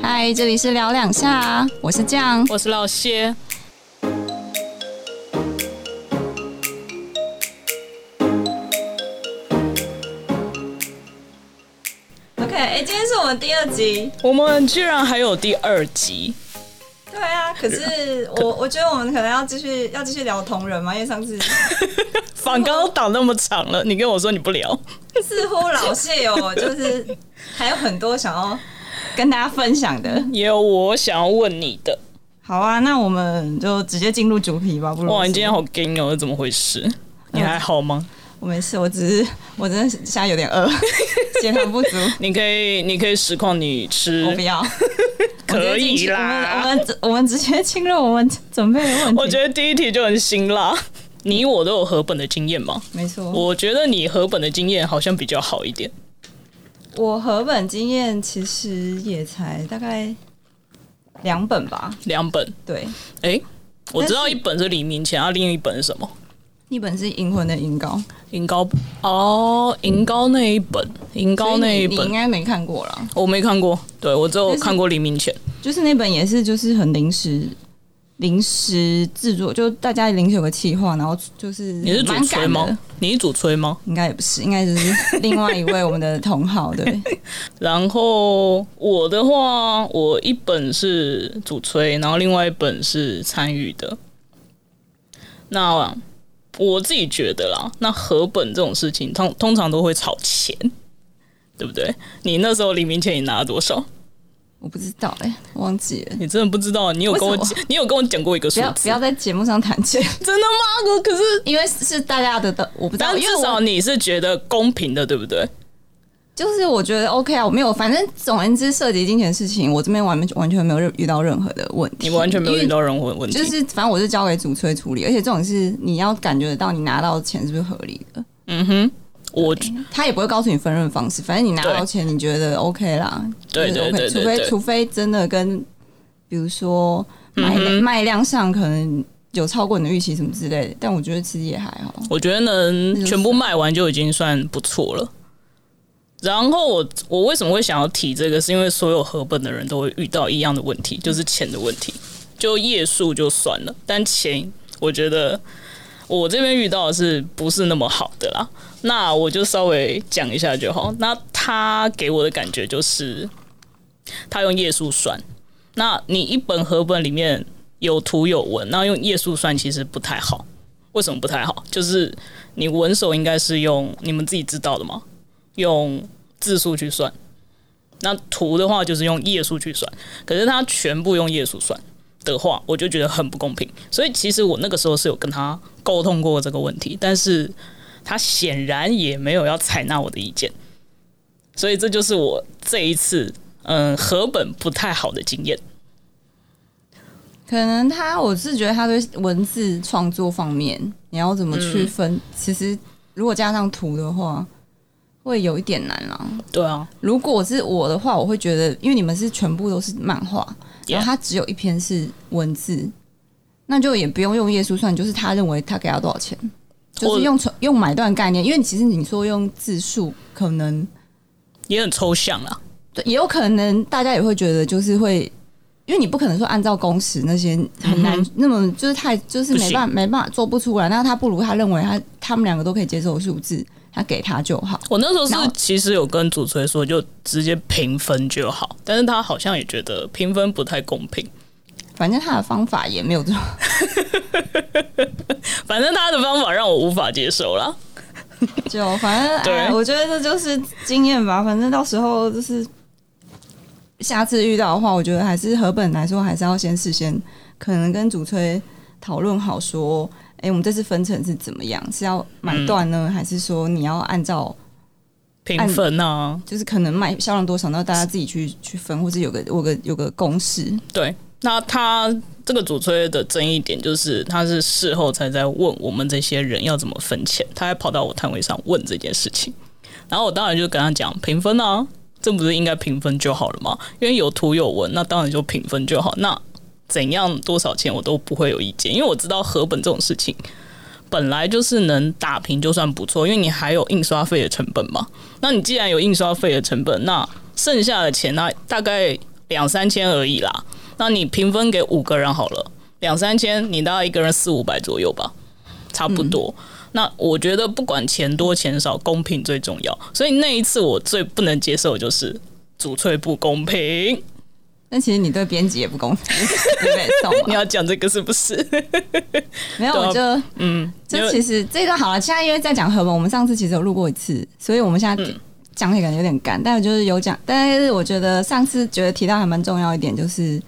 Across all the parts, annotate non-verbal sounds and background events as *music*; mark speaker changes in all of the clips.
Speaker 1: 嗨，这里是聊两下，我是酱。
Speaker 2: 我是老谢。
Speaker 1: OK，哎、今天是我们第二集。
Speaker 2: 我们居然还有第二集，
Speaker 1: 对啊，可
Speaker 2: *laughs*
Speaker 1: 是我我觉得我们可能要继续要继续聊同人嘛，因为上
Speaker 2: *laughs*
Speaker 1: 次
Speaker 2: 反刚都挡那么长了，你跟我说你不聊，
Speaker 1: 似乎老谢有就是还有很多想要跟大家分享的。
Speaker 2: 也有我想要问你的。
Speaker 1: 好啊，那我们就直接进入主题吧。不如
Speaker 2: 哇，你今天好 gay 哦，怎么回事？你还好吗？
Speaker 1: 我没事，我只是我真的是现在有点
Speaker 2: *laughs*
Speaker 1: 饿，血糖不足。
Speaker 2: 你可以，你可以实况你吃
Speaker 1: 我，不要，
Speaker 2: 可以
Speaker 1: 我
Speaker 2: 啦。
Speaker 1: 们我们我们直接进入我们准备的问题。
Speaker 2: 我觉得第一题就很辛辣。你我都有合本的经验吗？
Speaker 1: 没错，
Speaker 2: 我觉得你合本的经验好像比较好一点。
Speaker 1: 我合本经验其实也才大概两本吧，
Speaker 2: 两本，
Speaker 1: 对，
Speaker 2: 哎、我知道
Speaker 1: 但
Speaker 2: 一
Speaker 1: 是
Speaker 2: 本是黎明前，啊，另一本是什么？
Speaker 1: 一本是《银魂》的银高，
Speaker 2: 银高哦，银高那一本，银高那
Speaker 1: 所
Speaker 2: 一
Speaker 1: 以你你
Speaker 2: 本
Speaker 1: 应该没看过啦，
Speaker 2: 我没看过，对我只有
Speaker 1: 但是
Speaker 2: 看过黎明前。
Speaker 1: 就是那本也是就是很临时临时制作，就大家临时有个企划，然后就是
Speaker 2: 你是主
Speaker 1: 蛮
Speaker 2: 吹
Speaker 1: 赶的
Speaker 2: 吗？？你是主吹吗？
Speaker 1: 应该也不是，应该就是另外一位我们的同好，对， *laughs*
Speaker 2: 然后我的话，我一本是主吹，然后另外一本是参与的。那我自己觉得啦，那合本这种事情，通通常都会炒钱，对不对？你那时候黎明前你拿了多少？
Speaker 1: 我不知道哎、忘记了，
Speaker 2: 你真的不知道？你有跟我
Speaker 1: 为什
Speaker 2: 讲，你有跟我讲过一个
Speaker 1: 不
Speaker 2: 数
Speaker 1: 要
Speaker 2: 字？
Speaker 1: 不要在节目上谈钱，
Speaker 2: 真的吗？可可是
Speaker 1: *laughs* 因为是大家的的，我不知道，
Speaker 2: 但
Speaker 1: 因
Speaker 2: 至
Speaker 1: 为我
Speaker 2: 少你是觉得公平的，对不对？
Speaker 1: 就是我觉得 OK 啊，我没有，反正总而言之，涉及金钱的事情，我这边完完全没有遇到任何的问题，
Speaker 2: 你完全没有遇
Speaker 1: 因为。
Speaker 2: 到任何问题。
Speaker 1: 就是，反正我是交给主催处理，而且这种是你要感觉得到你拿到的钱是不是合理的，
Speaker 2: 嗯哼，我
Speaker 1: 他也不会告诉你分润方式，反正你拿
Speaker 2: 对
Speaker 1: 到钱你觉得 OK 啦，
Speaker 2: 对
Speaker 1: 就是
Speaker 2: 对
Speaker 1: OK，
Speaker 2: 对
Speaker 1: 除
Speaker 2: 对
Speaker 1: 非
Speaker 2: 对
Speaker 1: 除非真的跟，比如说卖、
Speaker 2: 嗯哼
Speaker 1: 卖量上可能有超过你的预期什么之类的，但我觉得其实也还好，
Speaker 2: 我觉得能全部卖完就已经算不错了。然后我我为什么会想要提这个，是因为所有合本的人都会遇到一样的问题，就是钱的问题。就页数就算了，但钱我觉得我这边遇到的是不是那么好的啦？那我就稍微讲一下就好。那他给我的感觉就是，他用页数算。那你一本合本里面有图有文，那用页数算其实不太好。为什么不太好？就是你文手应该是用你们自己知道的嘛，用字数去算。那图的话就是用页数去算，可是他全部用页数算的话，我就觉得很不公平。所以其实我那个时候是有跟他沟通过这个问题，但是他显然也没有要采纳我的意见，所以这就是我这一次嗯合本不太好的经验。
Speaker 1: 可能他，我是觉得他对文字创作方面，你要怎么去分？其实如果加上图的话，会有一点难啦。
Speaker 2: 对啊，
Speaker 1: 如果是我的话，我会觉得，因为你们是全部都是漫画，然后
Speaker 2: Yeah
Speaker 1: 他只有一篇是文字，那就也不用用页数算，就是他认为他给他多少钱，就
Speaker 2: 或
Speaker 1: 是用纯用买断概念。因为其实你说用字数，可能
Speaker 2: 也很抽象啦。
Speaker 1: 对，也有可能大家也会觉得就是会，因为你不可能说按照工时那些很难，
Speaker 2: 嗯哼
Speaker 1: 那么就是太就是
Speaker 2: 不
Speaker 1: 没
Speaker 2: 行
Speaker 1: 办没办法做不出来。那他不如他认为他他们两个都可以接受的数字，他给他就好。
Speaker 2: 我那时候
Speaker 1: 然后
Speaker 2: 是其实有跟主持人说，就直接平分就好，但是他好像也觉得平分不太公平。
Speaker 1: 反正他的方法也没有做，
Speaker 2: *laughs* 反正他的方法让我无法接受啦。
Speaker 1: 就反正
Speaker 2: 对
Speaker 1: 哎我觉得这就是经验吧。反正到时候就是下次遇到的话，我觉得还是和本来说，还是要先事先可能跟主催讨论好说。哎、我们这次分成是怎么样？是要
Speaker 2: 嗯
Speaker 1: 买断呢，还是说你要按照哎
Speaker 2: 平分啊，
Speaker 1: 就是可能卖销量多少，那大家自己去去分，或者有个有个有个公式。
Speaker 2: 对。那他这个主催的争议点就是，他是事后才在问我们这些人要怎么分钱，他还跑到我摊位上问这件事情。然后我当然就跟他讲平分啊，这不是应该平分就好了吗？因为有图有文，那当然就平分就好。那怎样多少钱我都不会有意见，因为我知道和本这种事情本来就是能打平就算不错，因为你还有印刷费的成本嘛。那你既然有印刷费的成本，那剩下的钱那大概诶、两三千而已啦。那你平分给五个人好了，两三千，你大概一个人四五百左右吧，差不多。
Speaker 1: 嗯
Speaker 2: 那我觉得不管钱多钱少，公平最重要。所以那一次我最不能接受的就是主催不公平。
Speaker 1: 但其实你对编辑也不公平，你没懂
Speaker 2: *laughs* 你
Speaker 1: 吗？
Speaker 2: 要讲这个是不是？
Speaker 1: 啊
Speaker 2: *laughs*
Speaker 1: 没有，
Speaker 2: 对啊
Speaker 1: 我就
Speaker 2: 嗯，因
Speaker 1: 这
Speaker 2: 为
Speaker 1: 其实这段好了，现在因为在讲和本，我们上次其实有录过一次，所以我们现在讲起来感觉有点干，但我就是有讲，但是我觉得上次觉得提到还蛮重要一点，就是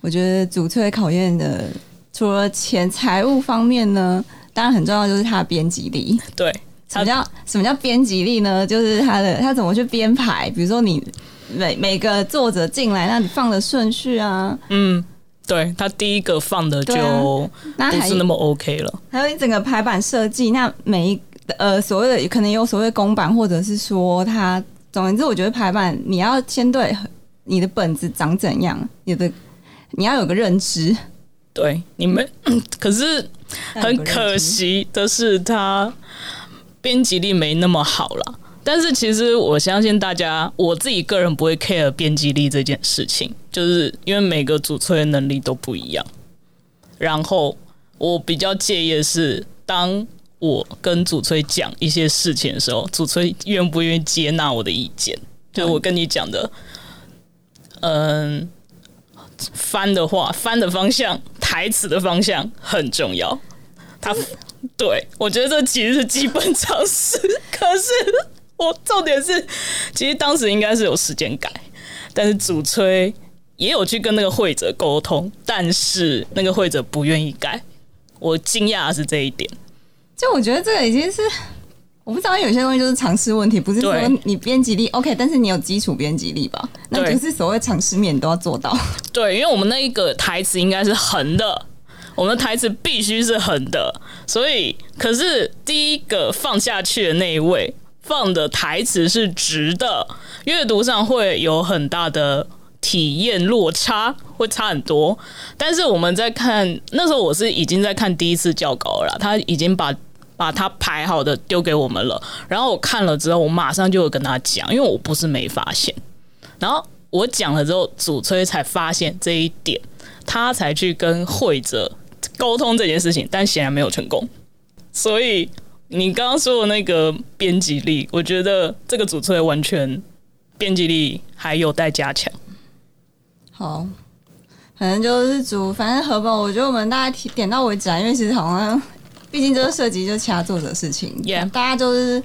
Speaker 1: 我觉得主催考验的除了钱财务方面呢，当然很重要就是他的编辑力。
Speaker 2: 对，
Speaker 1: 什么叫什么叫编辑力呢？就是他的他怎么去编排，比如说你每每个作者进来，那你放的顺序啊，
Speaker 2: 嗯，对他第一个放的就
Speaker 1: 对啊那
Speaker 2: 不
Speaker 1: 还
Speaker 2: 是那么 OK 了，
Speaker 1: 还有你整个排版设计，那每一呃所谓的可能有所谓公版，或者是说它，总而言之，我觉得排版你要先对你的本子长怎样，你的你要有个认知，
Speaker 2: 对你们， *clears throat* 可是
Speaker 1: 要有
Speaker 2: 很
Speaker 1: 个认知
Speaker 2: 可。惜的是，他编辑力没那么好啦。但是其实我相信大家，我自己个人不会 care 编辑力这件事情，就是因为每个主催的能力都不一样。然后我比较介意的是，当我跟主催讲一些事情的时候，主催愿不愿意接纳我的意见？就是我跟你讲的，嗯，翻的话，翻的方向，台词的方向很重要。他对我觉得这其实是基本常识，可是我重点是，其实当时应该是有时间改，但是主催也有去跟那个会者沟通，但是那个会者不愿意改。我惊讶的是这一点，
Speaker 1: 就我觉得这个已经是。我不知道有些东西就是常识问题，不是说
Speaker 2: 对
Speaker 1: 你编辑力 OK，但是你有基础编辑力吧？那
Speaker 2: 对
Speaker 1: 就是所谓常识面你都要做到。
Speaker 2: 对，因为我们那一个台词应该是横的，我们的台词必须是横的，所以可是第一个放下去的那一位放的台词是直的，阅读上会有很大的体验落差，会差很多。但是我们在看那时候，我是已经在看第一次教稿了啦，他已经把。把他排好的丢给我们了，然后我看了之后，我马上就有跟他讲，因为我不是没发现，然后我讲了之后，主催才发现这一点，他才去跟会者沟通这件事情，但显然没有成功。所以你刚刚说的那个编辑力，我觉得这个主催完全编辑力还有待加强。
Speaker 1: *laughs* 好，反正就是主，反正核保，我觉得我们大家提点到为止啊，因为其实好像，毕竟这个涉及就是其他作者的事情
Speaker 2: Yeah
Speaker 1: 大家就是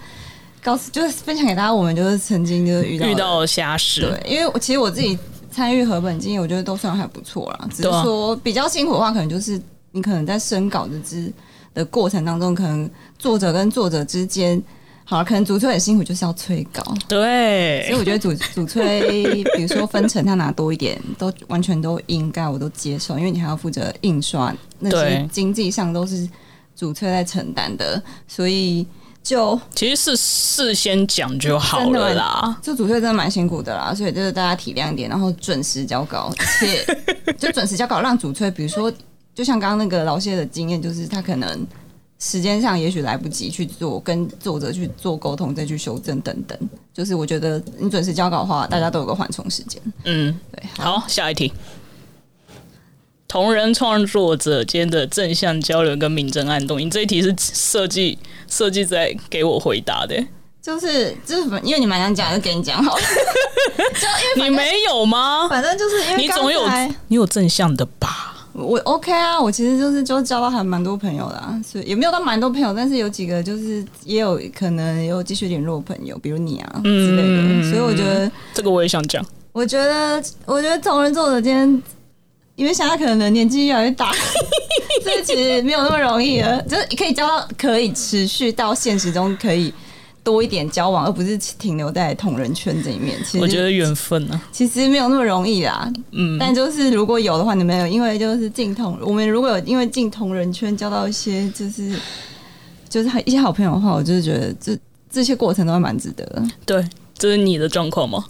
Speaker 1: 告诉，就是分享给大家，我们就是曾经就是遇到的
Speaker 2: *laughs* 遇到瞎事，
Speaker 1: 对，因为我其实我自己参与和本经验，我觉得都算还不错啦，只是
Speaker 2: 对啊
Speaker 1: 说比较辛苦的话，可能就是你可能在审稿的之的过程当中，可能作者跟作者之间。好了，可能主催很辛苦，就是要催稿，所以
Speaker 2: *laughs* 对
Speaker 1: 我觉得主主催，比如说分成他拿多一点，都完全都应该，我都接受，因为你还要负责印刷，那
Speaker 2: 对
Speaker 1: 些经济上都是主催在承担的，所以就
Speaker 2: 其实是事先讲就好
Speaker 1: 真的
Speaker 2: 了啦。
Speaker 1: 就主催真的蛮辛苦的啦，所以就是大家体谅一点，然后准时交稿，
Speaker 2: *laughs*
Speaker 1: 且就准时交稿，让主催，比如说就像刚刚那个老谢的经验，就是他可能。时间上也许来不及去做，跟作者去做沟通，再去修正等等。就是我觉得你准时交稿的话，大家都有个缓冲时间。
Speaker 2: 嗯，
Speaker 1: 对，
Speaker 2: 好，下一题。同人创作者间的正向交流跟明争暗斗，你这一题是设计设计在给我回答
Speaker 1: *laughs*
Speaker 2: 的、
Speaker 1: 就是就是，因为你蛮想讲，就给你讲
Speaker 2: *laughs*
Speaker 1: 好了。
Speaker 2: 你没
Speaker 1: *laughs*
Speaker 2: 有吗？
Speaker 1: 反正就是因为
Speaker 2: 你总有
Speaker 1: 刚才
Speaker 2: 你有正向的吧？
Speaker 1: 我 OK 啊，我其实就是就交到还蛮多朋友的、啊，所以也没有到蛮多朋友，但是有几个就是也有可能有继续联络的朋友，比如你啊
Speaker 2: 嗯
Speaker 1: 之类的。所以我觉得，
Speaker 2: 这个我也想讲，
Speaker 1: 我觉得，我觉得同人作者今天，因为现在可能年纪越来越大， *laughs* 所以其实没有那么容易了，就是可以交到可以持续到现实中可以多一点交往，而不是停留在同人圈子里面。其实
Speaker 2: 我觉得缘分呢、啊。
Speaker 1: 其实没有那么容易啦，
Speaker 2: 嗯，
Speaker 1: 但就是如果有的话，你们有因为就是进同，我们如果有因为进同人圈交到一些就是就是一些好朋友的话，我就是觉得这这些过程都还蛮值得的。
Speaker 2: 对，这是你的状况吗？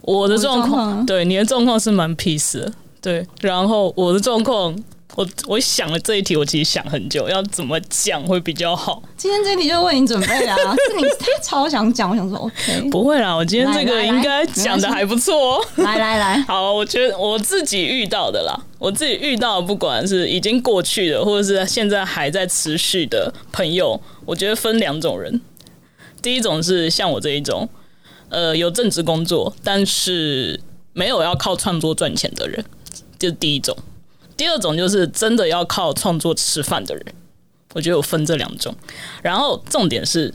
Speaker 2: 我的
Speaker 1: 我的
Speaker 2: 状
Speaker 1: 状况
Speaker 2: 况，
Speaker 1: 啊
Speaker 2: 对你的状况是蛮 peace 的，对。然后我的状况，我我想了这一题，我其实想很久，要怎么讲会比较好。
Speaker 1: 今天这题就为你准备 *laughs* 啊，是你他超想讲，我想说 OK，
Speaker 2: 不会啦，我今天这个
Speaker 1: 来来
Speaker 2: 应该
Speaker 1: 来
Speaker 2: 讲的还不错、
Speaker 1: *laughs*
Speaker 2: 哦。
Speaker 1: 来来来，
Speaker 2: 好，我觉得我自己遇到的啦，我自己遇到的，不管是已经过去的，或者是现在还在持续的朋友，我觉得分两种人。第一种是像我这一种，呃，有正职工作，但是没有要靠创作赚钱的人，这、是第一种。第二种就是真的要靠创作吃饭的人，我觉得有分这两种。然后重点是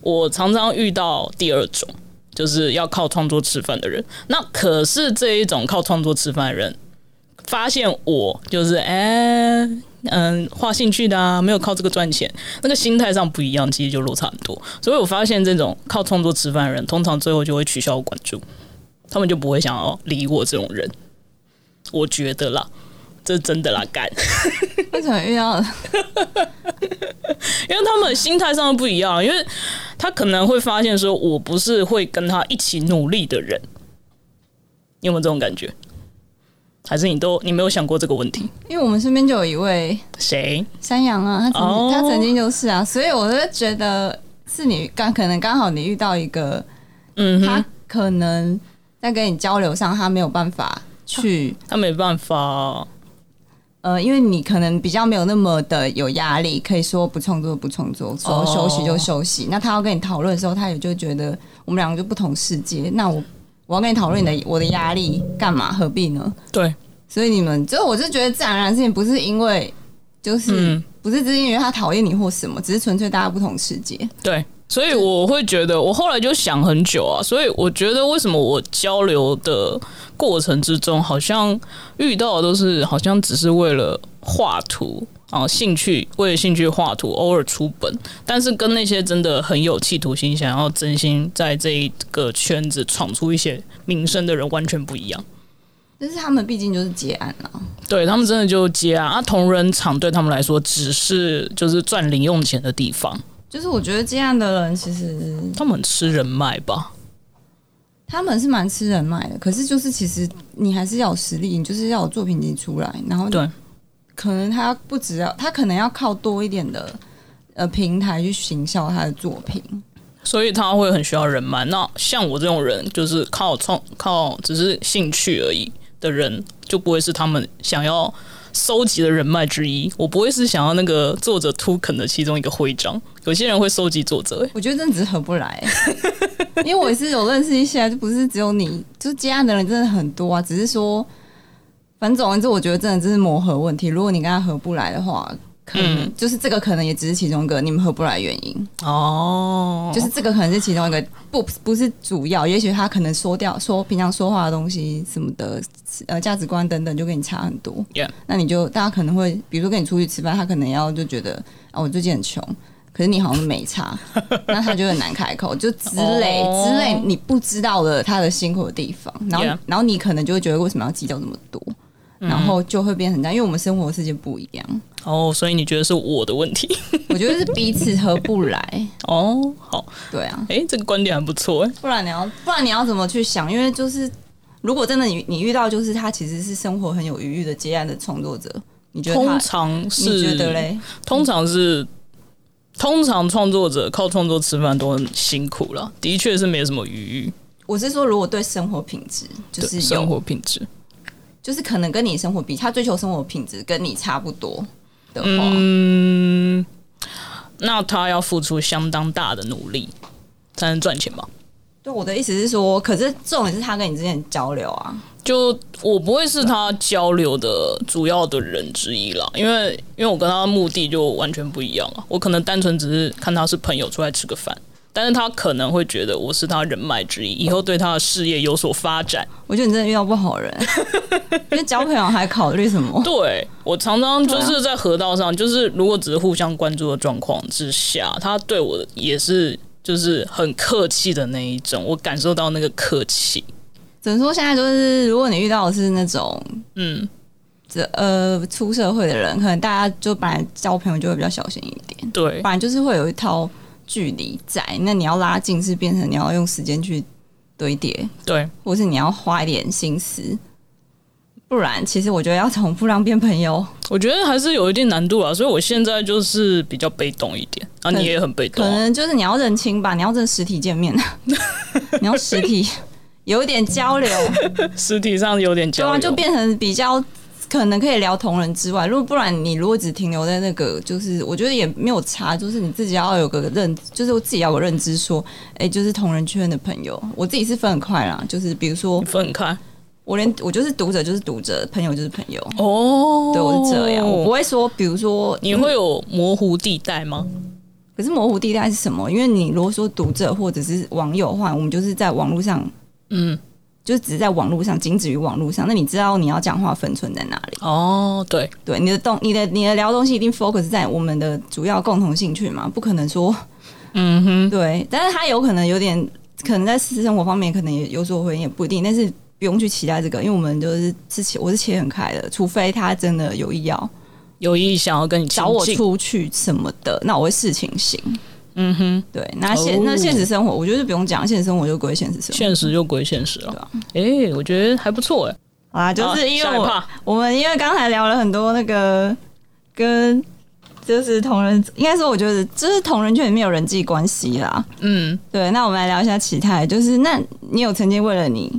Speaker 2: 我常常遇到第二种，就是要靠创作吃饭的人。那可是这一种靠创作吃饭的人，发现我就是哎、嗯，画兴趣的啊，没有靠这个赚钱，那个心态上不一样，其实就落差很多。所以我发现这种靠创作吃饭的人，通常最后就会取消我关注，他们就不会想要理我这种人。我觉得啦，这是真的啦，干。
Speaker 1: 为什么遇到了？
Speaker 2: 因为他们心态上不一样，因为他可能会发现说，我不是会跟他一起努力的人。你有没有这种感觉？还是你都你没有想过这个问题？
Speaker 1: 因为我们身边就有一位
Speaker 2: 谁？
Speaker 1: 山羊啊，他曾、
Speaker 2: 哦
Speaker 1: 他曾经就是啊，所以我就觉得是你刚可能刚好你遇到一个，
Speaker 2: 嗯
Speaker 1: 他
Speaker 2: 哼，
Speaker 1: 可能在跟你交流上，他没有办法去，
Speaker 2: 他没办法，
Speaker 1: 呃，因为你可能比较没有那么的有压力，可以说不创作不创作，说
Speaker 2: 哦
Speaker 1: 休息就休息。那他要跟你讨论的时候，他也就觉得我们两个就不同世界，那我我要跟你讨论你
Speaker 2: 嗯
Speaker 1: 的我的压力干嘛？何必呢？
Speaker 2: 对，
Speaker 1: 所以你们，就我是觉得自然而然的事情，不是因为就是、
Speaker 2: 嗯
Speaker 1: 不是只是因为他讨厌你或什么，只是纯粹大家不同世界。
Speaker 2: 对，所以我会觉得，我后来就想很久啊，所以我觉得为什么我交流的过程之中，好像遇到的都是好像只是为了画图。啊，兴趣为了兴趣画图，偶尔出本，但是跟那些真的很有企图心，想要真心在这一个圈子闯出一些名声的人完全不一样。
Speaker 1: 但是他们毕竟就是结案啊了，
Speaker 2: 对他们真的就接啊，啊，同人场对他们来说只是就是赚零用钱的地方，
Speaker 1: 就是我觉得结案的人其实
Speaker 2: 他们很吃人脉吧？
Speaker 1: 他们是蛮吃人脉的，可是就是其实你还是要有实力，你就是要有作品集出来，然后
Speaker 2: 对，
Speaker 1: 可能他不只要他可能要靠多一点的呃平台去行销他的作品，
Speaker 2: 所以他会很需要人脉。那像我这种人，就是靠创靠只是兴趣而已的人，就不会是他们想要收集的人脉之一。我不会是想要那个作者突肯的其中一个徽章。有些人会收集作者、欸，
Speaker 1: 我觉得真的只是合不来、因为我也是有认识一些，就不是只有你，就接案的人真的很多啊。只是说，反正总而言之，我觉得真的这是磨合问题。如果你跟他合不来的话，可能、
Speaker 2: 嗯
Speaker 1: 就是这个可能也只是其中一个你们合不来的原因，
Speaker 2: 欸哦，
Speaker 1: 就是这个可能是其中一个不不是主要。也许他可能说掉说平常说话的东西什么的，呃，价值观等等就跟你差很多。
Speaker 2: Yeah
Speaker 1: 那你就大家可能会，比如说跟你出去吃饭，他可能要就觉得啊，我最近很穷。可是你好像没差， *laughs* 那他就很难开口，就之类、
Speaker 2: 哦
Speaker 1: 之类，你不知道的他的辛苦的地方，然后
Speaker 2: Yeah 嗯
Speaker 1: 然后你可能就会觉得为什么要计较这么多，然后就会变成这样，因为我们生活世界不一样，
Speaker 2: 哦，所以你觉得是我的问题？ *laughs*
Speaker 1: 我觉得是彼此合不来，
Speaker 2: 哦，好，
Speaker 1: 对啊，
Speaker 2: 诶、这个观点还不错、欸，
Speaker 1: 不然你要不然你要怎么去想？因为就是如果真的你你遇到就是他其实是生活很有余裕的接案的创作者，你觉得
Speaker 2: 通
Speaker 1: 他
Speaker 2: 常是
Speaker 1: 你觉得嘞？
Speaker 2: 通常是，通常创作者靠创作吃饭都很辛苦了，的确是没什么余裕，
Speaker 1: 我是说，如果对生活品质就是
Speaker 2: 对
Speaker 1: 有
Speaker 2: 生活品质。
Speaker 1: 就是可能跟你生活比，他追求生活品质跟你差不多的话，
Speaker 2: 嗯，那他要付出相当大的努力才能赚钱吧？
Speaker 1: 对我的意思是说，可是重点是他跟你之间的交流啊，
Speaker 2: 就我不会是他交流的主要的人之一啦，因为因为我跟他的目的就完全不一样了。啊我可能单纯只是看他是朋友出来吃个饭，但是他可能会觉得我是他人脉之一，以后对他的事业有所发展。
Speaker 1: 我觉得你真的遇到不好
Speaker 2: *laughs*
Speaker 1: 人，因为交朋友还考虑什么？
Speaker 2: 对我常常
Speaker 1: 啊
Speaker 2: 就是在河道上，就是如果只是互相关注的状况之下，他对我也是就是很客气的那一种，我感受到那个客气。
Speaker 1: 只能说现在就是，如果你遇到的是那种
Speaker 2: 嗯，
Speaker 1: 这呃出社会的人，可能大家就本来交朋友就会比较小心一点，
Speaker 2: 对
Speaker 1: 本来就是会有一套距离在，那你要拉近是变成你要用时间去堆叠，
Speaker 2: 对，
Speaker 1: 或是你要花一点心思。不然其实我觉得要从不让变朋友，
Speaker 2: 我觉得还是有一定难度啊啦，所以我现在就是比较被动一点啊，
Speaker 1: 能
Speaker 2: 你也很被动
Speaker 1: 可
Speaker 2: 啊、
Speaker 1: 能就是你要认清吧，你要真的实体见面， *laughs* 你要实体有一点交流，
Speaker 2: 实体上有点
Speaker 1: 对
Speaker 2: 交
Speaker 1: 啊，
Speaker 2: 流，
Speaker 1: 就变成比较可能可以聊同人之外，如果不然你如果只停留在那个，就是我觉得也没有差，就是你自己要有个认，就是我自己要有认知说，哎、就是同人圈的朋友，我自己是分很快啦，就是比如说
Speaker 2: 你分很开
Speaker 1: 我连我就是读者就是读者，朋友就是朋友，
Speaker 2: 哦。
Speaker 1: 对我是这样，我不会说，比如说
Speaker 2: 你会有模糊地带吗？
Speaker 1: 可是模糊地带是什么？因为你如果说读者或者是网友的话，我们就是在网络上，
Speaker 2: 嗯，
Speaker 1: 就是只是在网络上，仅止于网络上。那你知道你要讲话分寸在哪里？
Speaker 2: 哦，对，
Speaker 1: 对，你的动、你的、你的聊东西一定 focus 在我们的主要共同兴趣嘛，不可能说 *laughs*
Speaker 2: 嗯哼，
Speaker 1: 对。但是他有可能有点，可能在私生活方面可能也有所回应，也不一定。但是不用去期待这个，因为我们就是是切，我是切很开的，除非他真的有意要
Speaker 2: 有意想要跟你亲
Speaker 1: 找我
Speaker 2: 近，
Speaker 1: 出去什么的，那我会视情形。
Speaker 2: 嗯哼，
Speaker 1: 对，那现、
Speaker 2: 哦
Speaker 1: 那现实生活，我觉得不用讲，现实生活就归现实生活。
Speaker 2: 现实就归现实
Speaker 1: 对
Speaker 2: 了
Speaker 1: 啊。
Speaker 2: 哎、我觉得还不错哎、
Speaker 1: 好啦，就
Speaker 2: 好
Speaker 1: 是因
Speaker 2: 下
Speaker 1: 为
Speaker 2: 一
Speaker 1: 我、
Speaker 2: 趴
Speaker 1: 我们因为刚才聊了很多那个跟就是同人，应该说我觉得就是同人圈里面有人际关系啦。
Speaker 2: 嗯，
Speaker 1: 对，那我们来聊一下其他的，就是那你有曾经为了你，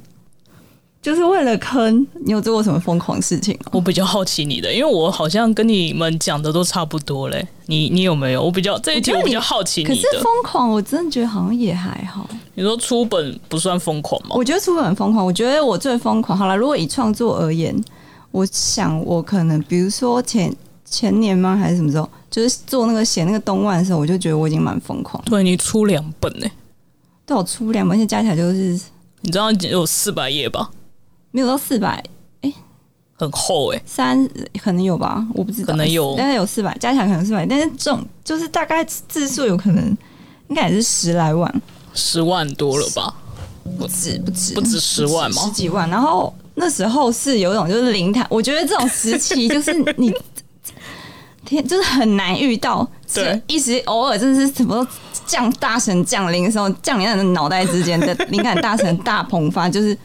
Speaker 1: 就是为了坑，你有做过什么疯狂的事情吗？
Speaker 2: 我比较好奇你的，因为我好像跟你们讲的都差不多嘞。你你有没有？我比较这一题
Speaker 1: 我觉得
Speaker 2: 我比
Speaker 1: 你
Speaker 2: 较好奇
Speaker 1: 可
Speaker 2: 你
Speaker 1: 是
Speaker 2: 的。
Speaker 1: 疯狂，我真的觉得好像也还好。
Speaker 2: 你说出本不算疯狂吗？
Speaker 1: 我觉得出本很疯狂，我觉得我最疯狂。好了，如果以创作而言，我想我可能比如说前前年吗，还是什么时候，就是做那个写那个东万的时候，我就觉得我已经蛮疯狂。
Speaker 2: 对你出两本哎、
Speaker 1: 对我出两本，现在加起来就是
Speaker 2: 你知道有四百页吧？
Speaker 1: 没有到四百
Speaker 2: 很厚哎、
Speaker 1: 三，可能有吧，我不知道，
Speaker 2: 可能有
Speaker 1: 大概有四百，加起来可能四百，但是这种就是大概字数有可能应该也是十来万，
Speaker 2: 十万多了吧？
Speaker 1: 不止不止
Speaker 2: 不止十万
Speaker 1: 十
Speaker 2: 吗？
Speaker 1: 几万，然后那时候是有一种就是零台，我觉得这种时期就是你天就是很难遇到，
Speaker 2: 对
Speaker 1: 是一时偶尔真的是什么降大神降临的时候，降临在你的脑袋之间的灵感大神大迸发，就是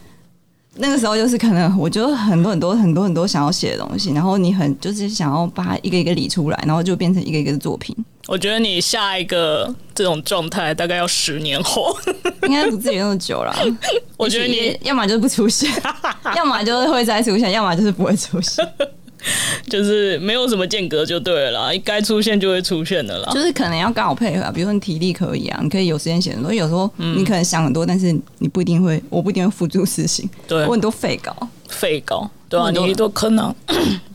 Speaker 1: 那个时候就是可能我觉得很多很多很多很多想要写的东西，然后你很就是想要把它一个一个理出来，然后就变成一个一个的作品，
Speaker 2: 我觉得你下一个这种状态大概要十年
Speaker 1: *laughs*
Speaker 2: 后，
Speaker 1: 应该不至于那么久了。
Speaker 2: 我觉得
Speaker 1: 也许
Speaker 2: 你
Speaker 1: 要么就是不出
Speaker 2: *laughs*
Speaker 1: 现，要么就是会再出现，要么就是不会出现。
Speaker 2: 就是没有什么间隔就对了啦，该出现就会出现的啦。
Speaker 1: 就是可能要刚好配合、啊，比如说你体力可以啊，你可以有时间写很多，有时候
Speaker 2: 嗯
Speaker 1: 你可能想很多，但是你不一定会，我不一定会付诸实行。
Speaker 2: 对
Speaker 1: 我，很多废稿，
Speaker 2: 废稿，对啊，
Speaker 1: 很多
Speaker 2: 你都坑啊，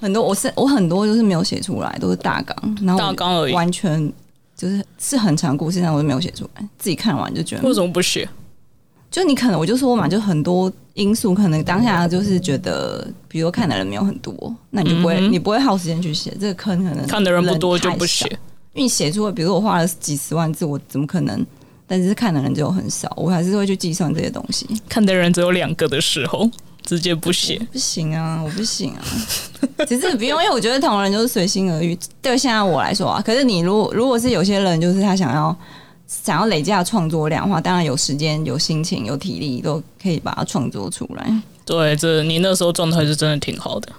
Speaker 1: 很多我是我很多就是没有写出来，都是大纲，然后我
Speaker 2: 大纲而
Speaker 1: 嗯
Speaker 2: 已
Speaker 1: 完全就是是很长故事，但我都没有写出来，自己看完就觉得
Speaker 2: 为什么不写？
Speaker 1: 就你可能我就说嘛，就很多因素，可能当下就是觉得，比如说看的人没有很多，那你就不会、你不会耗时间去写这个坑，可能
Speaker 2: 嗯看的人不多就
Speaker 1: 嗯太
Speaker 2: 不
Speaker 1: 少
Speaker 2: 写。
Speaker 1: 因为你写出来，比如说我花了几十万字，我怎么可能？但是看的人就很少，我还是会去计算这些东西。
Speaker 2: 看的人只有两个的时候，直接不写。
Speaker 1: 不行啊，我不行啊。 *laughs* 其实不用，因为我觉得同人就是随心而欲。对现在我来说啊，可是你如果如果是有些人，就是他想要想要累加创作量的话，当然有时间、有心情、有体力，都可以把它创作出来。
Speaker 2: 对，这你那时候状态是真的挺好的，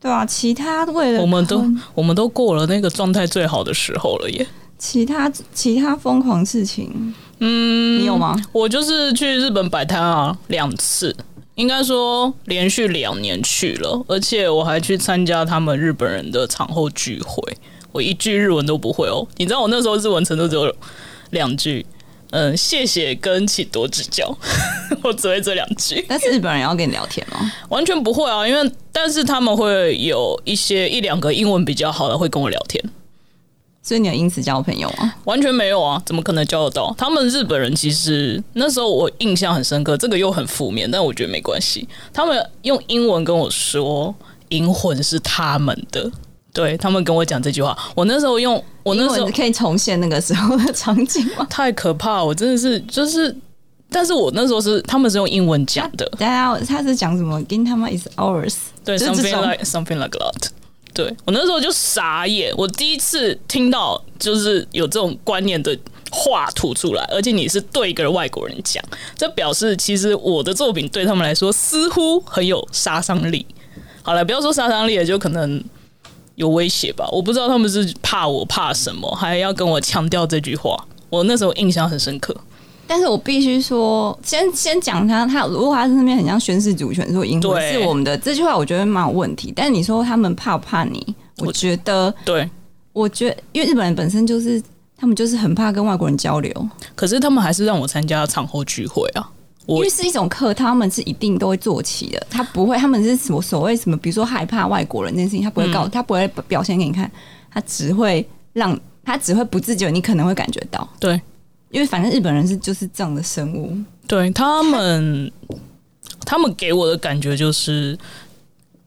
Speaker 1: 对啊，其他为了
Speaker 2: 我们都
Speaker 1: 坑
Speaker 2: 我们都过了那个状态最好的时候了耶。
Speaker 1: 其他其他疯狂事情，嗯，你有吗？
Speaker 2: 我就是去日本摆摊啊，两次，应该说连续两年去了，而且我还去参加他们日本人的产后聚会。我一句日文都不会哦，你知道我那时候日文程度只有两句，嗯，谢谢跟请多指教， *laughs* 我只会这两句。
Speaker 1: 但是日本人也要跟你聊天吗？
Speaker 2: 完全不会啊，因为但是他们会有一些一两个英文比较好的会跟我聊天，
Speaker 1: 所以你有因此交朋友吗？
Speaker 2: 完全没有啊，怎么可能交得到？他们日本人其实那时候我印象很深刻，这个又很负面，但我觉得没关系。他们用英文跟我说，银魂是他们的，对他们跟我讲这句话，我那时候用我那时
Speaker 1: 英
Speaker 2: 候
Speaker 1: 文可以重现那个时候的场景吗？ *laughs*
Speaker 2: 太可怕了，我真的是就是，但是我那时候是他们是用英文讲的，
Speaker 1: 大家他是讲什么？In 他妈 is ours，
Speaker 2: 对
Speaker 1: 就是这
Speaker 2: ，something
Speaker 1: 种
Speaker 2: like something like that。对我那时候就傻眼，我第一次听到就是有这种观念的话吐出来，而且你是对一个外国人讲，这表示其实我的作品对他们来说似乎很有杀伤力。好了，不要说杀伤力了，就可能有威胁吧。我不知道他们是怕我怕什么，还要跟我强调这句话。我那时候印象很深刻。
Speaker 1: 但是我必须说，先先讲他，他如果他那边很像宣誓主权，说赢回
Speaker 2: 对
Speaker 1: 是我们的这句话，我觉得蛮有问题。但你说他们怕不怕你？我
Speaker 2: 我
Speaker 1: 觉得，
Speaker 2: 对，
Speaker 1: 我觉得，因为日本人本身就是他们就是很怕跟外国人交流，
Speaker 2: 可是他们还是让我参加场后聚会啊。我
Speaker 1: 因为是一种客套，他们是一定都会做起的。他不会，他们是什么所谓什么，比如说害怕外国人这件事情，他不
Speaker 2: 嗯
Speaker 1: 会告，他不会表现给你看，他只会让他只会不自觉，你可能会感觉到，
Speaker 2: 对
Speaker 1: 因为反正日本人是就是这样的生物。
Speaker 2: 对，他们他们给我的感觉就是，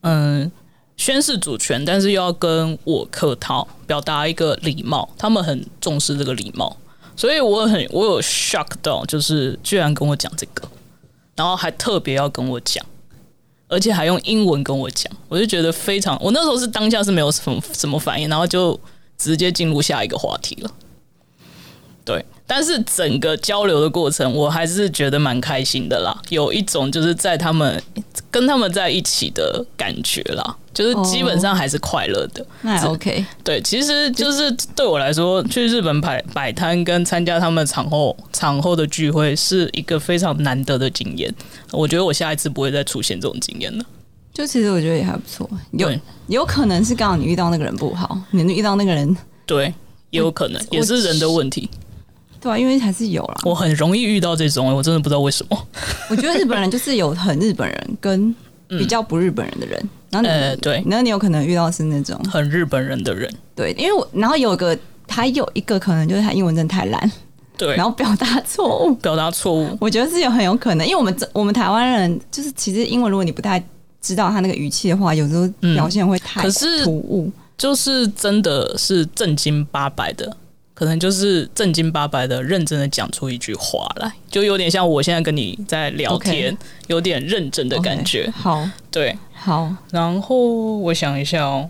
Speaker 2: 嗯，宣誓主权，但是又要跟我客套，表达一个礼貌。他们很重视这个礼貌，所以我很我有 shock 到，就是居然跟我讲这个，然后还特别要跟我讲。而且还用英文跟我讲，我就觉得非常。我那时候是当下是没有什么什么反应，然后就直接进入下一个话题了。对，但是整个交流的过程，我还是觉得蛮开心的啦，有一种就是在他们跟他们在一起的感觉啦，就是基本上还是快乐的。 *laughs*
Speaker 1: 那
Speaker 2: 是
Speaker 1: 还 OK，
Speaker 2: 对，其实就是对我来说，去日本摆摆摊跟参加他们场后场后的聚会是一个非常难得的经验。我觉得我下一次不会再出现这种经验了。
Speaker 1: 就其实我觉得也还不错，有
Speaker 2: 对
Speaker 1: 有可能是刚好你遇到那个人不好，你遇到那个人
Speaker 2: 对，也有可能
Speaker 1: 我
Speaker 2: 也是人的问题。
Speaker 1: 对啊，因为还是有啦。
Speaker 2: 我很容易遇到这种，我真的不知道为什么。
Speaker 1: *laughs* 我觉得日本人就是有很日本人跟比较不日本人的人，然后你、
Speaker 2: 嗯呃，对，
Speaker 1: 然后你有可能遇到是那种
Speaker 2: 很日本人的人，
Speaker 1: 对，因为我然后有个还有一个可能就是他英文真的太烂，
Speaker 2: 对，
Speaker 1: 然后表达错误， *laughs*
Speaker 2: 表达错误，
Speaker 1: 我觉得是有很有可能，因为我们这我们台湾人就是其实英文如果你不太知道他那个语气的话，有时候表现会太
Speaker 2: 嗯可是
Speaker 1: 突兀。
Speaker 2: 就是真的是正经八百的，可能就是正经八百的认真的讲出一句话来，就有点像我现在跟你在聊
Speaker 1: OK
Speaker 2: 天有点认真的感觉。
Speaker 1: OK，好
Speaker 2: 对，
Speaker 1: 好，
Speaker 2: 然后我想一下哦，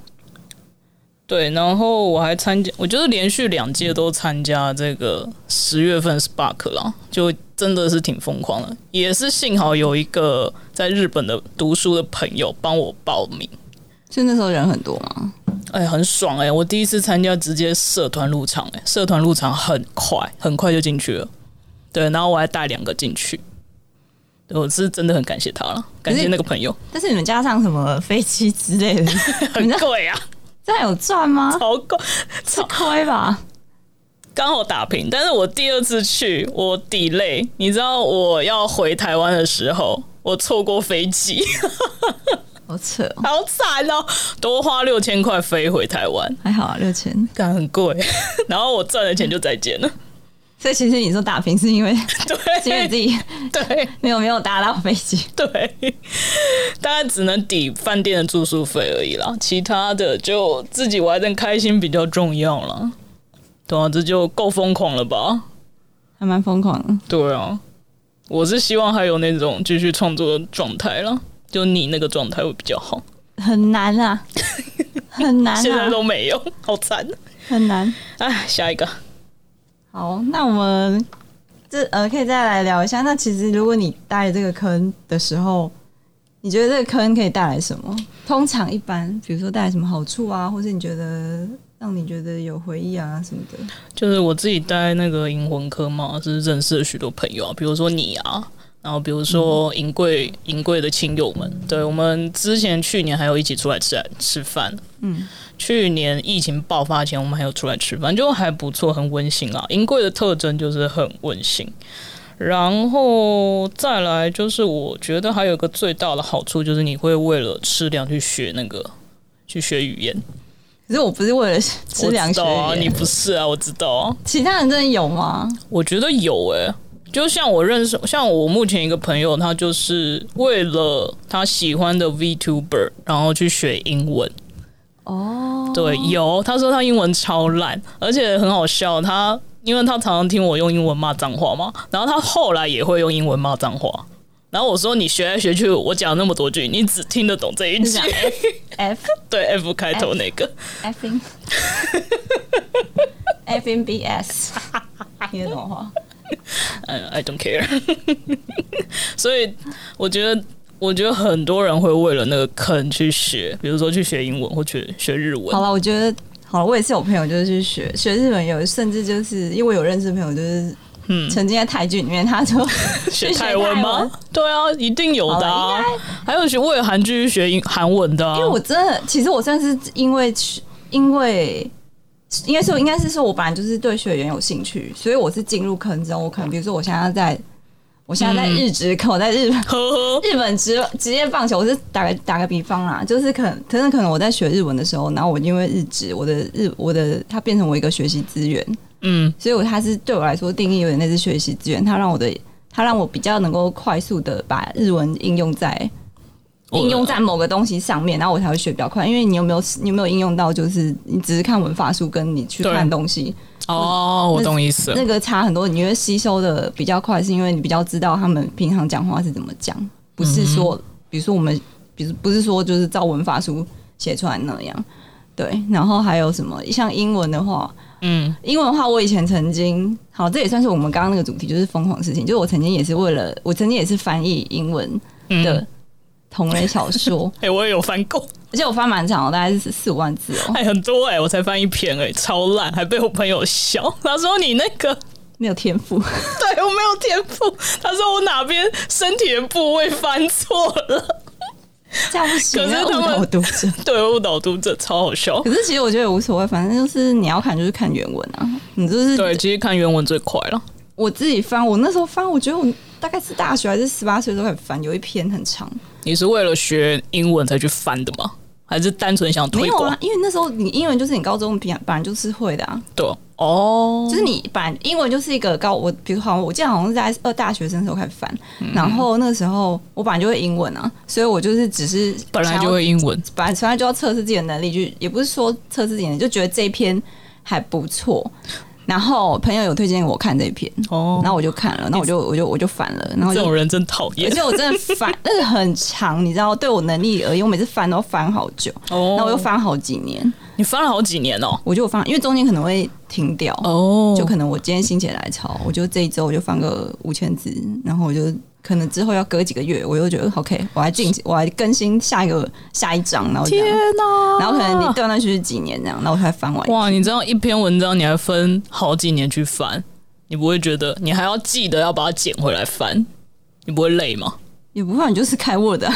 Speaker 2: 对，然后我还参加，我就是连续两届都参加这个十月份 Spark 啦，就真的是挺疯狂的，也是幸好有一个在日本的读书的朋友帮我报名。
Speaker 1: 就那时候人很多嘛，
Speaker 2: 哎、很爽哎、我第一次参加直接社团入场哎、社团入场很快，很快就进去了。对，然后我还带两个进去，对我是真的很感谢他了，感谢那个朋友，
Speaker 1: 但是你们加上什么飞机之类的， *laughs*
Speaker 2: 很贵啊，
Speaker 1: 这样有赚
Speaker 2: *laughs*
Speaker 1: 吗？
Speaker 2: 好贵，
Speaker 1: 吃亏吧？
Speaker 2: 刚好打平。但是我第二次去，我 delay，你知道我要回台湾的时候，我错过飞机，
Speaker 1: 好扯哦，
Speaker 2: *laughs* 好惨哦、多花六千块飞回台湾，
Speaker 1: 还好啊，六千。
Speaker 2: 感很贵。 *laughs* 然后我赚的钱就再见了， *laughs*
Speaker 1: 所以其实你说打平是因为是因为自
Speaker 2: 对
Speaker 1: 己
Speaker 2: 对。
Speaker 1: 没有没有搭到飞机，
Speaker 2: *laughs* 对，大概只能抵饭店的住宿费而已啦，其他的就自己玩的开心比较重要啦。对啊，这就够疯狂了吧？
Speaker 1: 还蛮疯狂的。
Speaker 2: 对啊，我是希望还有那种继续创作的状态啦，就你那个状态会比较好，
Speaker 1: 很难
Speaker 2: *laughs*
Speaker 1: 啊，很难
Speaker 2: 现在
Speaker 1: 啊，
Speaker 2: 都没有，好惨。
Speaker 1: 很难。
Speaker 2: 哎，下一个，
Speaker 1: 好，那我们这呃可以再来聊一下。那其实如果你待这个坑的时候，你觉得这个坑可以带来什么？通常一般，比如说带来什么好处啊，或是你觉得让你觉得有回忆啊什么的。
Speaker 2: 就是我自己待那个银魂科嘛，是认识了许多朋友啊，比如说你啊，然后比如说
Speaker 1: 嗯
Speaker 2: 银贵银贵的亲友们，对我们之前去年还有一起出来吃吃饭，
Speaker 1: 嗯，
Speaker 2: 去年疫情爆发前，我们还有出来吃饭，就还不错，很温馨啊。银贵的特征就是很温馨。然后再来就是，我觉得还有一个最大的好处就是，你会为了吃粮去学那个，去学语言。
Speaker 1: 可是我不是为了吃
Speaker 2: 我
Speaker 1: 粮
Speaker 2: 知
Speaker 1: 学
Speaker 2: 道啊，
Speaker 1: 语
Speaker 2: 你
Speaker 1: 言，
Speaker 2: 不是啊，我知道啊。
Speaker 1: 其他人真的有吗？
Speaker 2: 我觉得有诶、就像我认识，像我目前一个朋友，他就是为了他喜欢的 VTuber，然后去学英文。
Speaker 1: 哦，
Speaker 2: 对，有，他说他英文超烂，而且很好笑。他因为他常常听我用英文骂脏话嘛，然后他后来也会用英文骂脏话。然后我说你学来学去，我讲那么多句，你只听得懂这一
Speaker 1: 你
Speaker 2: 句
Speaker 1: 讲，F
Speaker 2: *laughs* 对 F 开头那个。
Speaker 1: F in *laughs* F in B S，听得懂话？
Speaker 2: *laughs* 嗯，I don't care。所以我觉得，我我觉得很多人会为了那个坑去学，比如说去学英文或去学日文
Speaker 1: 好。了，我觉得好了，我也是有朋友就是去学学日本有，甚至就是因为我有认识朋友就是。
Speaker 2: 嗯
Speaker 1: 沉浸在台剧里面，他
Speaker 2: *laughs*
Speaker 1: 就
Speaker 2: 学
Speaker 1: 去
Speaker 2: 泰文
Speaker 1: 泰
Speaker 2: 吗？ *laughs* 对啊，一定有的、啊
Speaker 1: 好了。
Speaker 2: 还有学为了韩剧去学英韩文的、啊，
Speaker 1: 因为我真的，其实我算是因为因为应该说应该是说我本来就是对学员有兴趣，所以我是进入坑之后，我可能比如说我现在在我现在在日职坑，我在
Speaker 2: *laughs*
Speaker 1: 日本。
Speaker 2: 呵呵，
Speaker 1: 日本职职业棒球，我是打个打个比方啦，就是可能，可能可能我在学日文的时候，然后我因为日职，我的日我的它变成我一个学习资源，
Speaker 2: 嗯，
Speaker 1: 所以我它是对我来说定义有点类似学习资源，它让我的它让我比较能够快速的把日文应用在 *laughs*
Speaker 2: 我
Speaker 1: 应用在某个东西上面，然后我才会学比较快。因为你有没有你有没有应用到，就是你只是看文法书，跟你去
Speaker 2: 对
Speaker 1: 看东西，
Speaker 2: 哦，我懂意思了。
Speaker 1: 那个差很多。你会吸收的比较快，是因为你比较知道他们平常讲话是怎么讲，不是说，比如说我们，比如不是说就是照文法书写出来那样。对，然后还有什么？像英文的话，
Speaker 2: 嗯，
Speaker 1: 英文的话，我以前曾经好，这也算是我们刚刚那个主题，就是疯狂的事情。就是我曾经也是为了，我曾经也是翻译英文
Speaker 2: 嗯
Speaker 1: 的同类小说，
Speaker 2: 哎、我也有翻够，
Speaker 1: 而且我翻蛮长的，大概是四五万字哦，
Speaker 2: *laughs* 哎、很多哎、我才翻一篇哎、超烂，还被我朋友笑，他说你那个 *laughs*
Speaker 1: 没有天赋。
Speaker 2: 对我没有天赋，他说我哪边身体的部位翻错了，
Speaker 1: 这样不行，
Speaker 2: 可是
Speaker 1: 这样误
Speaker 2: 他们
Speaker 1: 导读者。
Speaker 2: *laughs* 对误导读者超好笑。
Speaker 1: *laughs* 可是其实我觉得也无所谓，反正就是你要看就是看原文啊，你就是
Speaker 2: *laughs* 对，其实看原文最快了。
Speaker 1: 我自己翻，我那时候翻，我觉得我大概是大学还是十八岁都开始翻，有一篇很长，
Speaker 2: 你是为了学英文才去翻的吗？还是单纯想
Speaker 1: 没
Speaker 2: 推
Speaker 1: 有
Speaker 2: 广
Speaker 1: 啊？，因为那时候你英文就是你高中本来本来就是会的啊，
Speaker 2: 对哦，
Speaker 1: 就是你把英文就是一个高，我比如好像我记得好像是在二大学生的时候开始翻，
Speaker 2: 嗯
Speaker 1: 然后那个时候我本来就会英文啊，所以我就是只是
Speaker 2: 本来
Speaker 1: 想
Speaker 2: 就
Speaker 1: 要，
Speaker 2: 会英文，
Speaker 1: 本来本来就要测试自己的能力，就也不是说测试自己的能力，就觉得这一篇还不错。然后朋友有推荐我看这一篇，
Speaker 2: 哦
Speaker 1: 然后我就看了，那我就我就我就翻了，然后
Speaker 2: 这
Speaker 1: 就
Speaker 2: 种人真讨
Speaker 1: 而
Speaker 2: 厌
Speaker 1: 且我真的翻，但是很长，你知道，对我能力而言，我每次翻都翻好久，
Speaker 2: 哦
Speaker 1: 那我又翻好几年，
Speaker 2: 你翻了好几年哦，
Speaker 1: 我就翻，因为中间可能会停掉，
Speaker 2: 哦
Speaker 1: 就可能我今天心血来潮，我就这一周我就翻个五千字，然后我就可能之后要隔几个月，我又觉得 OK，我还进行，我还更新下一个下一章，然后这
Speaker 2: 天啊
Speaker 1: 样，
Speaker 2: 哪、
Speaker 1: 然后可能你断断续续几年这样，然后我才翻完。
Speaker 2: 哇，你这样一篇文章你还分好几年去翻，你不会觉得你还要记得要把它捡回来翻，你不会累吗？
Speaker 1: 也不怕，你就是开 Word，、啊、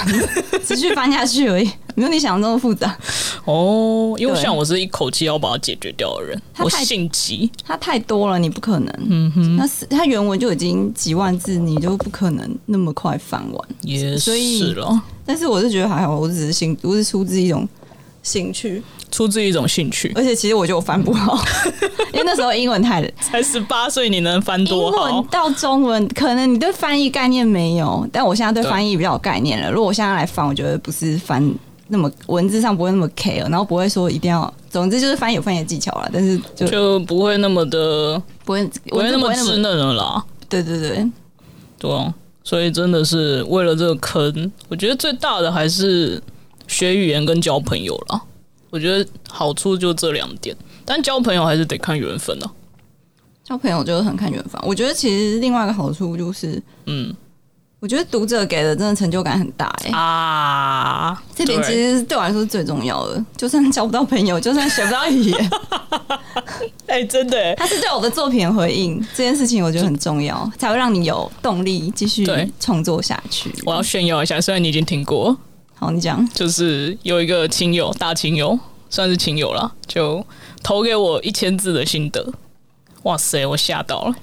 Speaker 1: 持续翻下去而已，没有你想的那么复杂。
Speaker 2: 哦，因为
Speaker 1: 对
Speaker 2: 像我是一口气要把它解决掉的人，
Speaker 1: 他
Speaker 2: 我
Speaker 1: 太
Speaker 2: 性急，
Speaker 1: 它太多了，你不可能。嗯哼，那是它原文就已经几万字，你就不可能那么快翻完。
Speaker 2: 也
Speaker 1: 所以
Speaker 2: 是了，
Speaker 1: 但是我是觉得还好，我只是兴，我是出自一种兴趣，
Speaker 2: 出自一种兴趣。
Speaker 1: 而且其实我觉得我翻不好，因为那时候英文太
Speaker 2: *laughs* 才十八岁，你能翻
Speaker 1: 英
Speaker 2: *laughs* 多好
Speaker 1: 文？到中文，可能你对翻译概念没有，但我现在对翻译比较有概念了。如果我现在来翻，我觉得不是翻那么文字上不会那么 care，然后不会说一定要，总之就是翻译有翻译的技巧了，但是就
Speaker 2: 就不会那么的，
Speaker 1: 不会
Speaker 2: 不会
Speaker 1: 文字
Speaker 2: 那
Speaker 1: 不
Speaker 2: 么
Speaker 1: 会
Speaker 2: 稚嫩了啦，
Speaker 1: 对对对。
Speaker 2: 对啊、所以真的是为了这个坑，我觉得最大的还是学语言跟交朋友啦。我觉得好处就这两点，但交朋友还是得看缘分啊。
Speaker 1: 交朋友就是很看缘分。我觉得其实另外一个好处就是，
Speaker 2: 嗯
Speaker 1: 我觉得读者给的真的成就感很大、欸，
Speaker 2: 哎啊，
Speaker 1: 这点其
Speaker 2: 对
Speaker 1: 实是对我来说是最重要的。就算交不到朋友，就算学不到语言，
Speaker 2: 哎、真的、欸，
Speaker 1: 它是对我的作品的回
Speaker 2: *laughs*
Speaker 1: 应，这件事情我觉得很重要，才会让你有动力继续
Speaker 2: 对
Speaker 1: 创作下去。
Speaker 2: 我要炫耀一下，虽然你已经听过，
Speaker 1: 好，你讲，
Speaker 2: 就是有一个亲友，大亲友，算是亲友啦，就投给我一千字的心得，哇塞，我吓到了。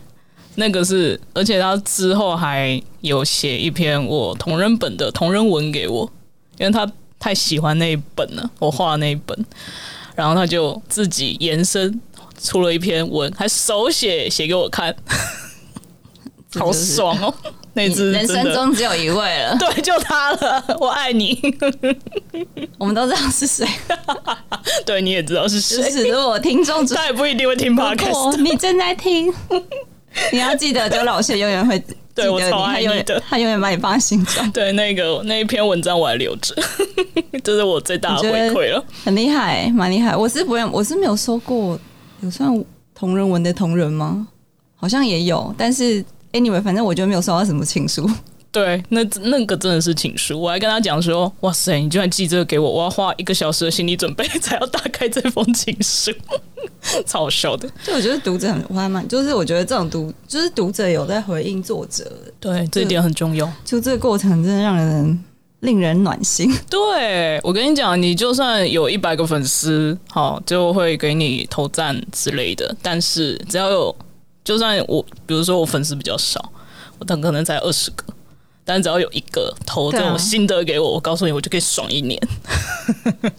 Speaker 2: 那个是，而且他之后还有写一篇我同人本的同人文给我，因为他太喜欢那一本了，我画的那一本，然后他就自己延伸出了一篇文，还手写写给我看，
Speaker 1: 这
Speaker 2: 好
Speaker 1: 就是
Speaker 2: 爽哦！那
Speaker 1: 你
Speaker 2: 只
Speaker 1: 人
Speaker 2: *laughs* 真
Speaker 1: 生
Speaker 2: 的
Speaker 1: 中只有一位了，
Speaker 2: 对，就他了，我爱你。
Speaker 1: 我们都知道是谁。
Speaker 2: 对，你也知道是
Speaker 1: *laughs* 就
Speaker 2: 谁。
Speaker 1: 是啊如果听众知道，
Speaker 2: *laughs* 他也不一定会听
Speaker 1: 如果
Speaker 2: podcast。
Speaker 1: 你正在
Speaker 2: *laughs*
Speaker 1: 听，你要记得，就老谢永远会记
Speaker 2: 对
Speaker 1: 得
Speaker 2: 我
Speaker 1: 你，
Speaker 2: 超爱
Speaker 1: 他
Speaker 2: 你
Speaker 1: 永远
Speaker 2: 的
Speaker 1: 他永远把你放在心中。
Speaker 2: 对，那个那一篇文章我还留着， *laughs* 这是我最大的回馈了。
Speaker 1: 很厉害、蛮厉害。我是不用，我是没有收过，有算同人文的同人吗？好像也有，但是 anyway，反正我觉得没有收到什么情书。
Speaker 2: 对，那那个真的是情书。我还跟他讲说：“哇塞，你居然寄这个给我，我要花一个小时的心理准备 *laughs* 才要打开这封情书， *laughs* 超好笑的。
Speaker 1: 就我觉得读者很，我还蛮，就是我觉得这种读，就是读者有在回应作者，”
Speaker 2: 对，这一点很重要。
Speaker 1: 就这个过程真的让人令人暖心。 *laughs*
Speaker 2: 对我跟你讲，你就算有一百个粉丝，好就会给你投赞之类的，但是只要有，就算我，比如说我粉丝比较少，我等可能才二十个。但只要有一个投这
Speaker 1: 对啊
Speaker 2: 种心得给我，我告诉你，我就可以爽一年。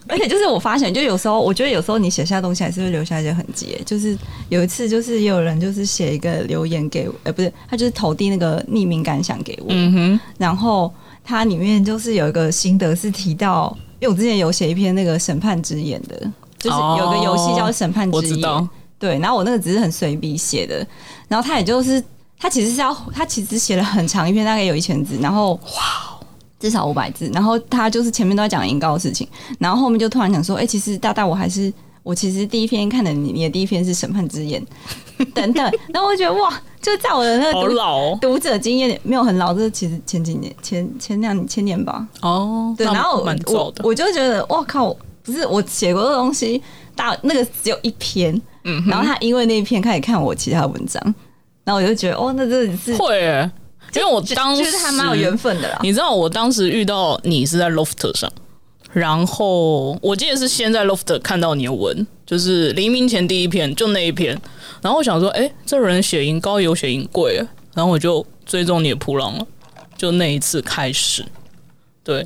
Speaker 1: 而且就是我发现，就有时候我觉得有时候你写下东西还是会留下一些痕迹耶。就是有一次，就是也有人就是写一个留言给我，呃，不是，他就是投递那个匿名感想给我，
Speaker 2: 嗯哼，
Speaker 1: 然后它里面就是有一个心得是提到，因为我之前有写一篇那个审判之眼的，就是有个游戏叫审判
Speaker 2: 哦我
Speaker 1: 之
Speaker 2: 知
Speaker 1: 眼，
Speaker 2: 道。
Speaker 1: 对，然后我那个只是很随笔写的，然后他也就是他其实是要他其实写了很长一篇，大概有一千字，然后哇。
Speaker 2: 哦
Speaker 1: 至少五百字，然后他就是前面都在讲引告的事情，然后后面就突然想说，哎、其实大大我还是我其实第一篇看的你，你的第一篇是审判之眼 *laughs* 等等，然后我就觉得哇，就在我的那个
Speaker 2: 好
Speaker 1: 读
Speaker 2: 老哦
Speaker 1: 读者经验里没有很老，这是其实前几年前前两前年吧，
Speaker 2: 哦，
Speaker 1: 对，
Speaker 2: 那
Speaker 1: 然后我
Speaker 2: 蛮早
Speaker 1: 我
Speaker 2: 的，
Speaker 1: 我就觉得，哇靠，不是我写过的东西，大那个只有一篇，
Speaker 2: 嗯
Speaker 1: 然后他因为那一篇开始看我其他文章，然后我就觉得，哦，那真的是，
Speaker 2: 会耶，因为我当时
Speaker 1: 就是还蛮有缘分的啦。
Speaker 2: 你知道我当时遇到你是在 Loft 上，然后我记得是先在 Loft 看到你的文，就是黎明前第一篇，就那一篇。然后我想说，哎、这人血银高有血银贵耶，啊然后我就追踪你的扑浪了，就那一次开始。对，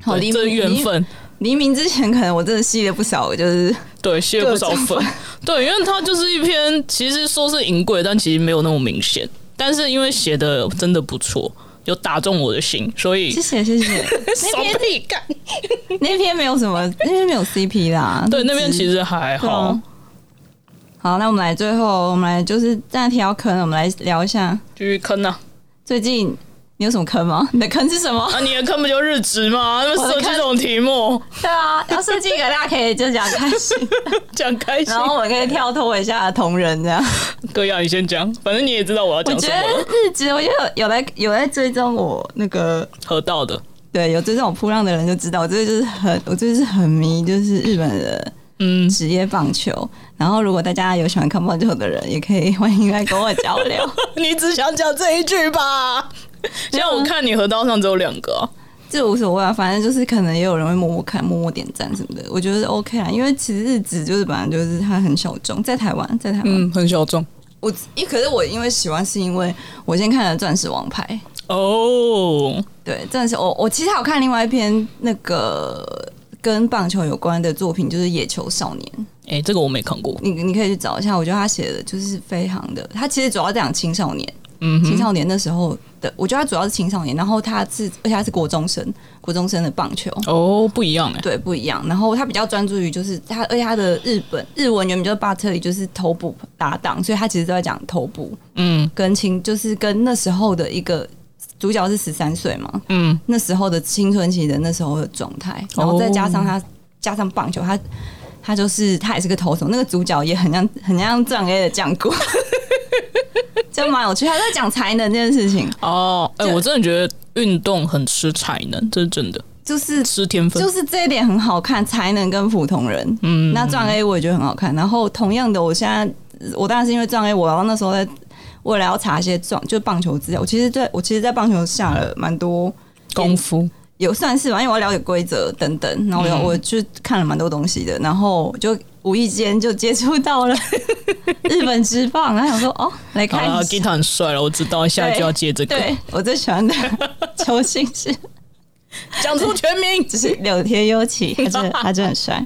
Speaker 1: 好，哦
Speaker 2: 对
Speaker 1: 黎
Speaker 2: 这
Speaker 1: 明
Speaker 2: 缘分，
Speaker 1: 黎黎明之前可能我真的吸了不少，就是
Speaker 2: 对，吸了不少
Speaker 1: 各
Speaker 2: 粉
Speaker 1: 种。
Speaker 2: *laughs* 对，因为它就是一篇，其实说是银贵，但其实没有那么明显。但是因为写的真的不错，有打中我的心，所
Speaker 1: *laughs*
Speaker 2: 以
Speaker 1: 谢谢谢
Speaker 2: *laughs*
Speaker 1: 谢。
Speaker 2: 手臂干。
Speaker 1: 那篇没有什么，那篇没有 CP 啦。
Speaker 2: 对，那边
Speaker 1: 只
Speaker 2: 其实还
Speaker 1: 对
Speaker 2: 好
Speaker 1: 啊。好，那我们来最后，我们来就是暂停要坑，我们来聊一下
Speaker 2: 继续坑啊！
Speaker 1: 最近你有什么坑吗？你的坑是什么？
Speaker 2: 啊，你的坑不就日职吗？那么设计这种题目，
Speaker 1: *laughs* 对啊，要设计给大家可以就讲开心，
Speaker 2: 讲开心
Speaker 1: 然。后我们可以跳脱一下同人这样。
Speaker 2: 哥呀，你先讲，反正你也知道我要
Speaker 1: 我
Speaker 2: 讲
Speaker 1: 觉
Speaker 2: 什
Speaker 1: 得 *laughs*
Speaker 2: 么了。
Speaker 1: 日职，我觉得有有在有在追踪我那个，
Speaker 2: 河道的，
Speaker 1: 对，有追踪我扑浪的人就知道，我这就是很我就是很迷，就是日本的
Speaker 2: 嗯，
Speaker 1: 职业棒球。然后如果大家有喜欢看棒球的人，也可以欢迎来跟我交流。
Speaker 2: 你只想讲这一句吧？现在我看你河道上只有两个啊、
Speaker 1: 这无所谓啊，反正就是可能也有人会默默看、默默点赞什么的，我觉得 OK 啦。因为其实日职就是本来就是它很小众，在台湾，在台湾，
Speaker 2: 嗯，很小众
Speaker 1: 我因可是我因为喜欢是因为我先看了《钻石王牌》，
Speaker 2: 哦。
Speaker 1: 对，真的是我我其实还有看另外一篇那个跟棒球有关的作品，就是《野球少年》，
Speaker 2: 哎、这个我没看过。
Speaker 1: 你你可以去找一下，我觉得他写的就是非常的，他其实主要讲青少年，
Speaker 2: 嗯
Speaker 1: 青
Speaker 2: 哼，
Speaker 1: 少年那时候的，我觉得他主要是青少年，然后他是而且他是国中生，国中生的棒球。
Speaker 2: 哦，不一样哎、
Speaker 1: 对，不一样。然后他比较专注于就是他，而且他的日本日文原本就是巴特里，就是头部搭档，所以他其实都在讲头部
Speaker 2: 嗯
Speaker 1: 跟青，就是跟那时候的一个主角是十三岁嘛，
Speaker 2: 嗯，
Speaker 1: 那时候的青春期的那时候的状态，然后再加上他、加上棒球，他他就是他也是个投手，那个主角也很像很像藏 A 的酱骨， *laughs* 就蛮有趣。他在讲才能这件事情，
Speaker 2: 哦，哎、
Speaker 1: 这
Speaker 2: 我真的觉得运动很吃才能，这是真的，
Speaker 1: 就是
Speaker 2: 吃天分。
Speaker 1: 就是这一点很好看，才能跟普通人。
Speaker 2: 嗯，
Speaker 1: 那藏 A 我也觉得很好看。然后同样的，我现在我当然是因为藏 A，我然后那时候在为了要查一些撞就棒球资料，我其实对我其实，在棒球下了蛮多
Speaker 2: 功夫
Speaker 1: 有算是吧，因为我要了解规则等等，然后我有、
Speaker 2: 嗯
Speaker 1: 我去看了蛮多东西的，然后就无意间就接触到了 *laughs* 日本之棒，然后想说哦，来
Speaker 2: 好
Speaker 1: 看
Speaker 2: 啦
Speaker 1: 一
Speaker 2: 吉
Speaker 1: 下，
Speaker 2: 他很帅了，我知道，下一句要接这个，
Speaker 1: 对我最喜欢的球星是
Speaker 2: 讲出全名。
Speaker 1: 就是柳田优
Speaker 2: *laughs*
Speaker 1: 起，他真的他真的很帅。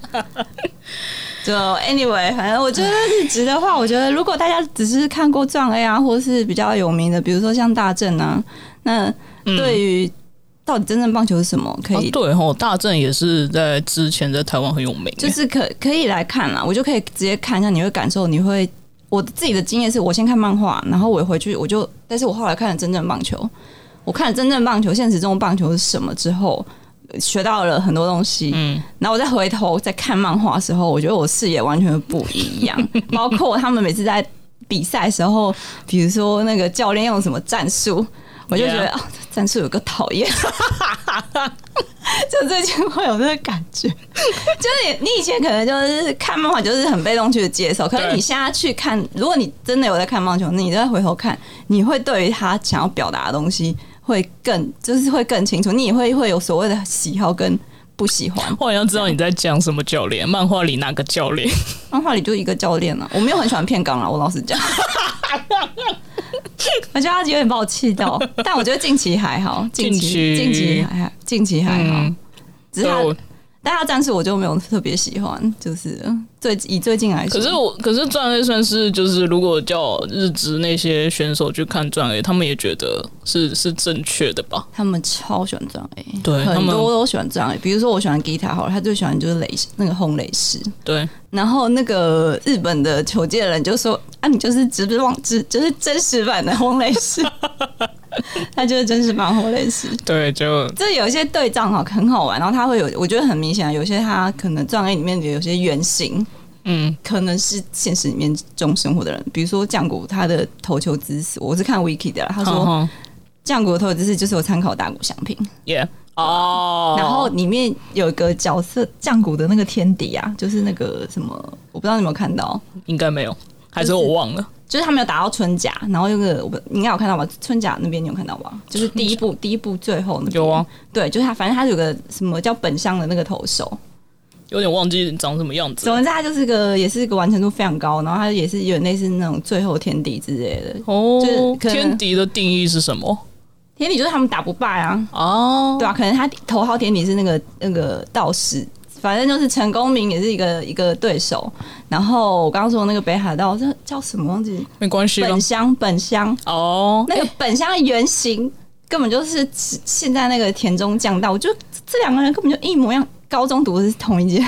Speaker 1: 就 anyway，反正我觉得日职的话，我觉得如果大家只是看过壮 A 啊，或是比较有名的，比如说像大正啊，那对于到底真正棒球是什么，可
Speaker 2: 啊
Speaker 1: 以、
Speaker 2: 嗯哦对吼，大正也是在之前在台湾很有名欸，
Speaker 1: 就是可可以来看啦，我就可以直接看一下，你会感受，你会我自己的经验是我先看漫画，然后我回去我就，但是我后来看了真正棒球，我看了真正棒球，现实中棒球是什么之后，学到了很多东西，
Speaker 2: 嗯，
Speaker 1: 然后我再回头再看漫画的时候，我觉得我视野完全不一样，包括他们每次在比赛的时候，比如说那个教练用什么战术。我就觉得哦，战术有个讨厌， *laughs* 就最近会有那个感觉， *laughs* 就是你你以前可能就是看漫画就是很被动去接受，可是
Speaker 2: 对
Speaker 1: 你现在去看，如果你真的有在看棒球，那你再回头看，你会对于他想要表达的东西会更就是会更清楚，你也会会有所谓的喜好跟不喜欢。
Speaker 2: *laughs* 我好像知道你在讲什么教练，漫画里哪个教练？
Speaker 1: 漫画里就一个教练啊，我没有很喜欢片冈啊，我老实讲。 *laughs* 我觉得他有点把我气到，但我觉得近期还好，近期
Speaker 2: 近
Speaker 1: 近
Speaker 2: 期
Speaker 1: 期还好，近期还好，
Speaker 2: 嗯
Speaker 1: 只是他
Speaker 2: 对我
Speaker 1: 但他战术我就没有特别喜欢，就是呃最以最近来说，
Speaker 2: 可是我，可是转 A 算是就是，如果叫日职那些选手去看转 A，他们也觉得是是正确的吧？
Speaker 1: 他们超喜欢这样 A，
Speaker 2: 对他
Speaker 1: 嗯很
Speaker 2: 们
Speaker 1: 多都喜欢这样 A。比如说我喜欢吉他，好了，他最喜欢就是雷那个轰雷师，
Speaker 2: 对，
Speaker 1: 然后那个日本的球界人就说啊，你就是直播网直就是真实版的轰雷师， *laughs* 他就是真实版轰雷师。
Speaker 2: 对，就
Speaker 1: 这有一些对仗哈，很好玩，然后他会有，我觉得很明显啊，有些他可能障碍里面有些原型，
Speaker 2: 嗯，
Speaker 1: 可能是现实里面中生活的人，比如说降谷他的投球姿势，我是看 Wiki 的啦，他说
Speaker 2: 哼哼
Speaker 1: 降谷的投球姿势就是我参考大谷翔平，
Speaker 2: ，Yeah，哦，
Speaker 1: 然后里面有一个角色降谷的那个天敌啊，就是那个什么，我不知道你有没有看到，
Speaker 2: 应该没有，还是我忘了，
Speaker 1: 就是他没有打到春甲，然后那个我不你应该有看到吧？春甲那边你有看到吧？就是第一步，第一步最后那边
Speaker 2: 有啊，
Speaker 1: 对，就是他，反正他有个什么叫本乡的那个投手，
Speaker 2: 有点忘记长什么样子
Speaker 1: 总。之他就是个也是个完成度非常高，然后他也是有点类似那种最后天敌之类的。
Speaker 2: 哦，
Speaker 1: 就是可能
Speaker 2: 天敌的定义是什么？
Speaker 1: 天敌就是他们打不败啊，
Speaker 2: 哦，
Speaker 1: 对啊，可能他头号天敌是那个那个道士，反正就是陈功明也是一个一个对手。然后我刚刚说的那个北海道这叫什么忘记？
Speaker 2: 没关系了
Speaker 1: 本。乡本乡
Speaker 2: 哦，
Speaker 1: 那个本乡的原型根本就是指现在那个田中将道，我就这两个人根本就一模一样，高中读的是同
Speaker 2: *laughs*
Speaker 1: 一届。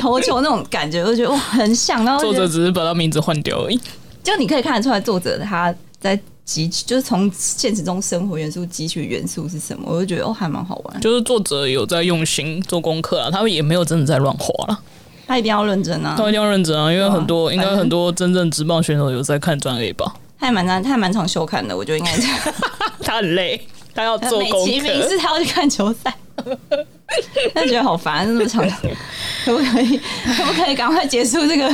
Speaker 1: 投球那种感觉，我就觉得哇，很像。然后
Speaker 2: 作
Speaker 1: 就觉得
Speaker 2: 者只是把他名字换掉而已。
Speaker 1: 就你可以看得出来，作者他在汲取，就是从现实中生活元素汲取元素是什么，我就觉得哦，还蛮好玩。
Speaker 2: 就是作者有在用心做功课啊，他们也没有真的在乱画啦。
Speaker 1: 他一定要认真啊
Speaker 2: 他，们一定要认真啊，因为很多
Speaker 1: 对啊
Speaker 2: 应该
Speaker 1: 反正
Speaker 2: 很多真正职棒选手有在看专 A 吧，
Speaker 1: 他还蛮难，他还蛮常休刊的，我觉得应 *laughs* 该这样。
Speaker 2: 他很累，他要做
Speaker 1: 美
Speaker 2: 功
Speaker 1: 其名
Speaker 2: 课。
Speaker 1: 是他要去看球 *laughs* 赛，他觉得好烦，那么长，可不可以？可不可以赶快结束 *laughs* 这个？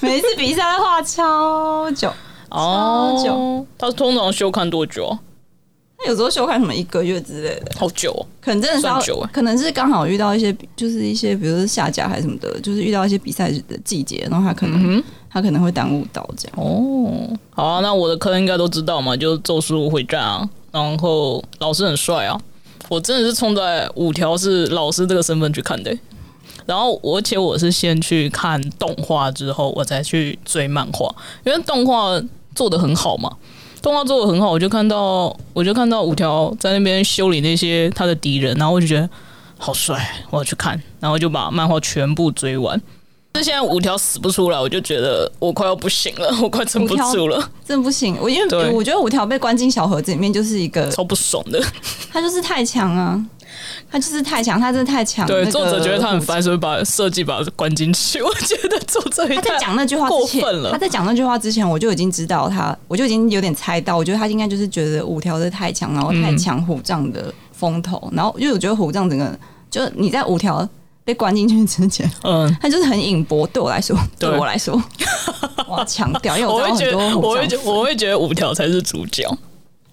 Speaker 1: 每一次比赛都画超久，超久，
Speaker 2: 哦他通常休看多久啊？
Speaker 1: 他有时候休刊什么一个月之类的。
Speaker 2: 好久哦、
Speaker 1: 可能真的是要
Speaker 2: 算久欸
Speaker 1: 可能是刚好遇到一些，就是一些，比如说下架还是什么的，就是遇到一些比赛的季节，然后他可能、
Speaker 2: 嗯
Speaker 1: 他可能会耽误到这样。
Speaker 2: 哦，好啊，那我的坑应该都知道嘛，就是《咒术回战》啊，然后老师很帅啊，我真的是冲在五条是老师这个身份去看的欸、然后我，而且我是先去看动画之后，我才去追漫画，因为动画做的很好嘛，动画做的很好，我就看到我就看到五条在那边修理那些他的敌人，然后我就觉得好帅，我要去看，然后就把漫画全部追完。就现在五条死不出来，我就觉得我快要不行了，我快撑不住了，
Speaker 1: 真的不行，我因
Speaker 2: 对
Speaker 1: 为我觉得五条被关进小盒子里面就是一个，
Speaker 2: 超不爽的。
Speaker 1: 他就是太强啊，他就是太强，他真的太强。
Speaker 2: 对，
Speaker 1: 那个
Speaker 2: 作者觉得他很烦，所以把设计把它关进去。我觉得作者也
Speaker 1: 他在
Speaker 2: 太
Speaker 1: 讲那句话之
Speaker 2: 过
Speaker 1: 前
Speaker 2: 分，
Speaker 1: 他
Speaker 2: 了。
Speaker 1: 在讲那句话之前，我就已经知道他，我就已经有点猜到，我觉得他应该就是觉得五条的太强，然后太强虎杖的风头，然后因为我觉得虎杖整个就是你在五条被关进去之前， *laughs*
Speaker 2: 嗯，
Speaker 1: 他就是很引博，对我来说，
Speaker 2: 对
Speaker 1: 对我来说， *laughs* 我要强调，因为我
Speaker 2: 我
Speaker 1: 知
Speaker 2: 会
Speaker 1: 道
Speaker 2: 觉
Speaker 1: 很
Speaker 2: 得，
Speaker 1: 多
Speaker 2: 我
Speaker 1: 虎
Speaker 2: 会觉
Speaker 1: 杖， *laughs*
Speaker 2: 得，我会觉得五条才是主角。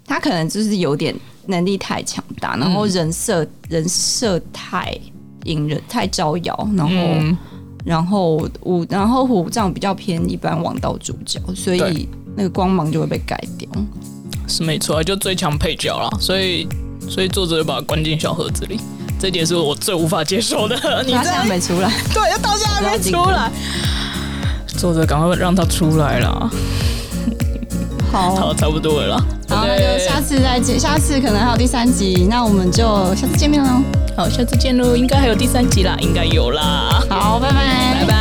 Speaker 1: 他可能就是有点能力太强大，然
Speaker 2: 嗯
Speaker 1: 后人设、人设太引人太招摇，然后、
Speaker 2: 嗯，
Speaker 1: 然后五然后虎杖比较偏一般王道主角，所
Speaker 2: 对
Speaker 1: 以那个光芒就会被盖掉。
Speaker 2: 是没错啊，就最强配角啦。所以，所以作者就把它关进小盒子里，这点是我最无法接受的。你
Speaker 1: 他
Speaker 2: 这
Speaker 1: 现
Speaker 2: 样
Speaker 1: 在没 *laughs* 出来，
Speaker 2: 对，就到现在还没
Speaker 1: 不知
Speaker 2: 出
Speaker 1: 道
Speaker 2: 来。作者赶快让他出来啦！
Speaker 1: 好，
Speaker 2: 好，差不多了啦。
Speaker 1: 好，那
Speaker 2: 对
Speaker 1: 就下次再见，下次可能还有第三集，那我们就下次见面喽。哦
Speaker 2: 好，下次见喽，应该还有第三集啦，应该有啦。
Speaker 1: 好，拜拜，
Speaker 2: 拜拜。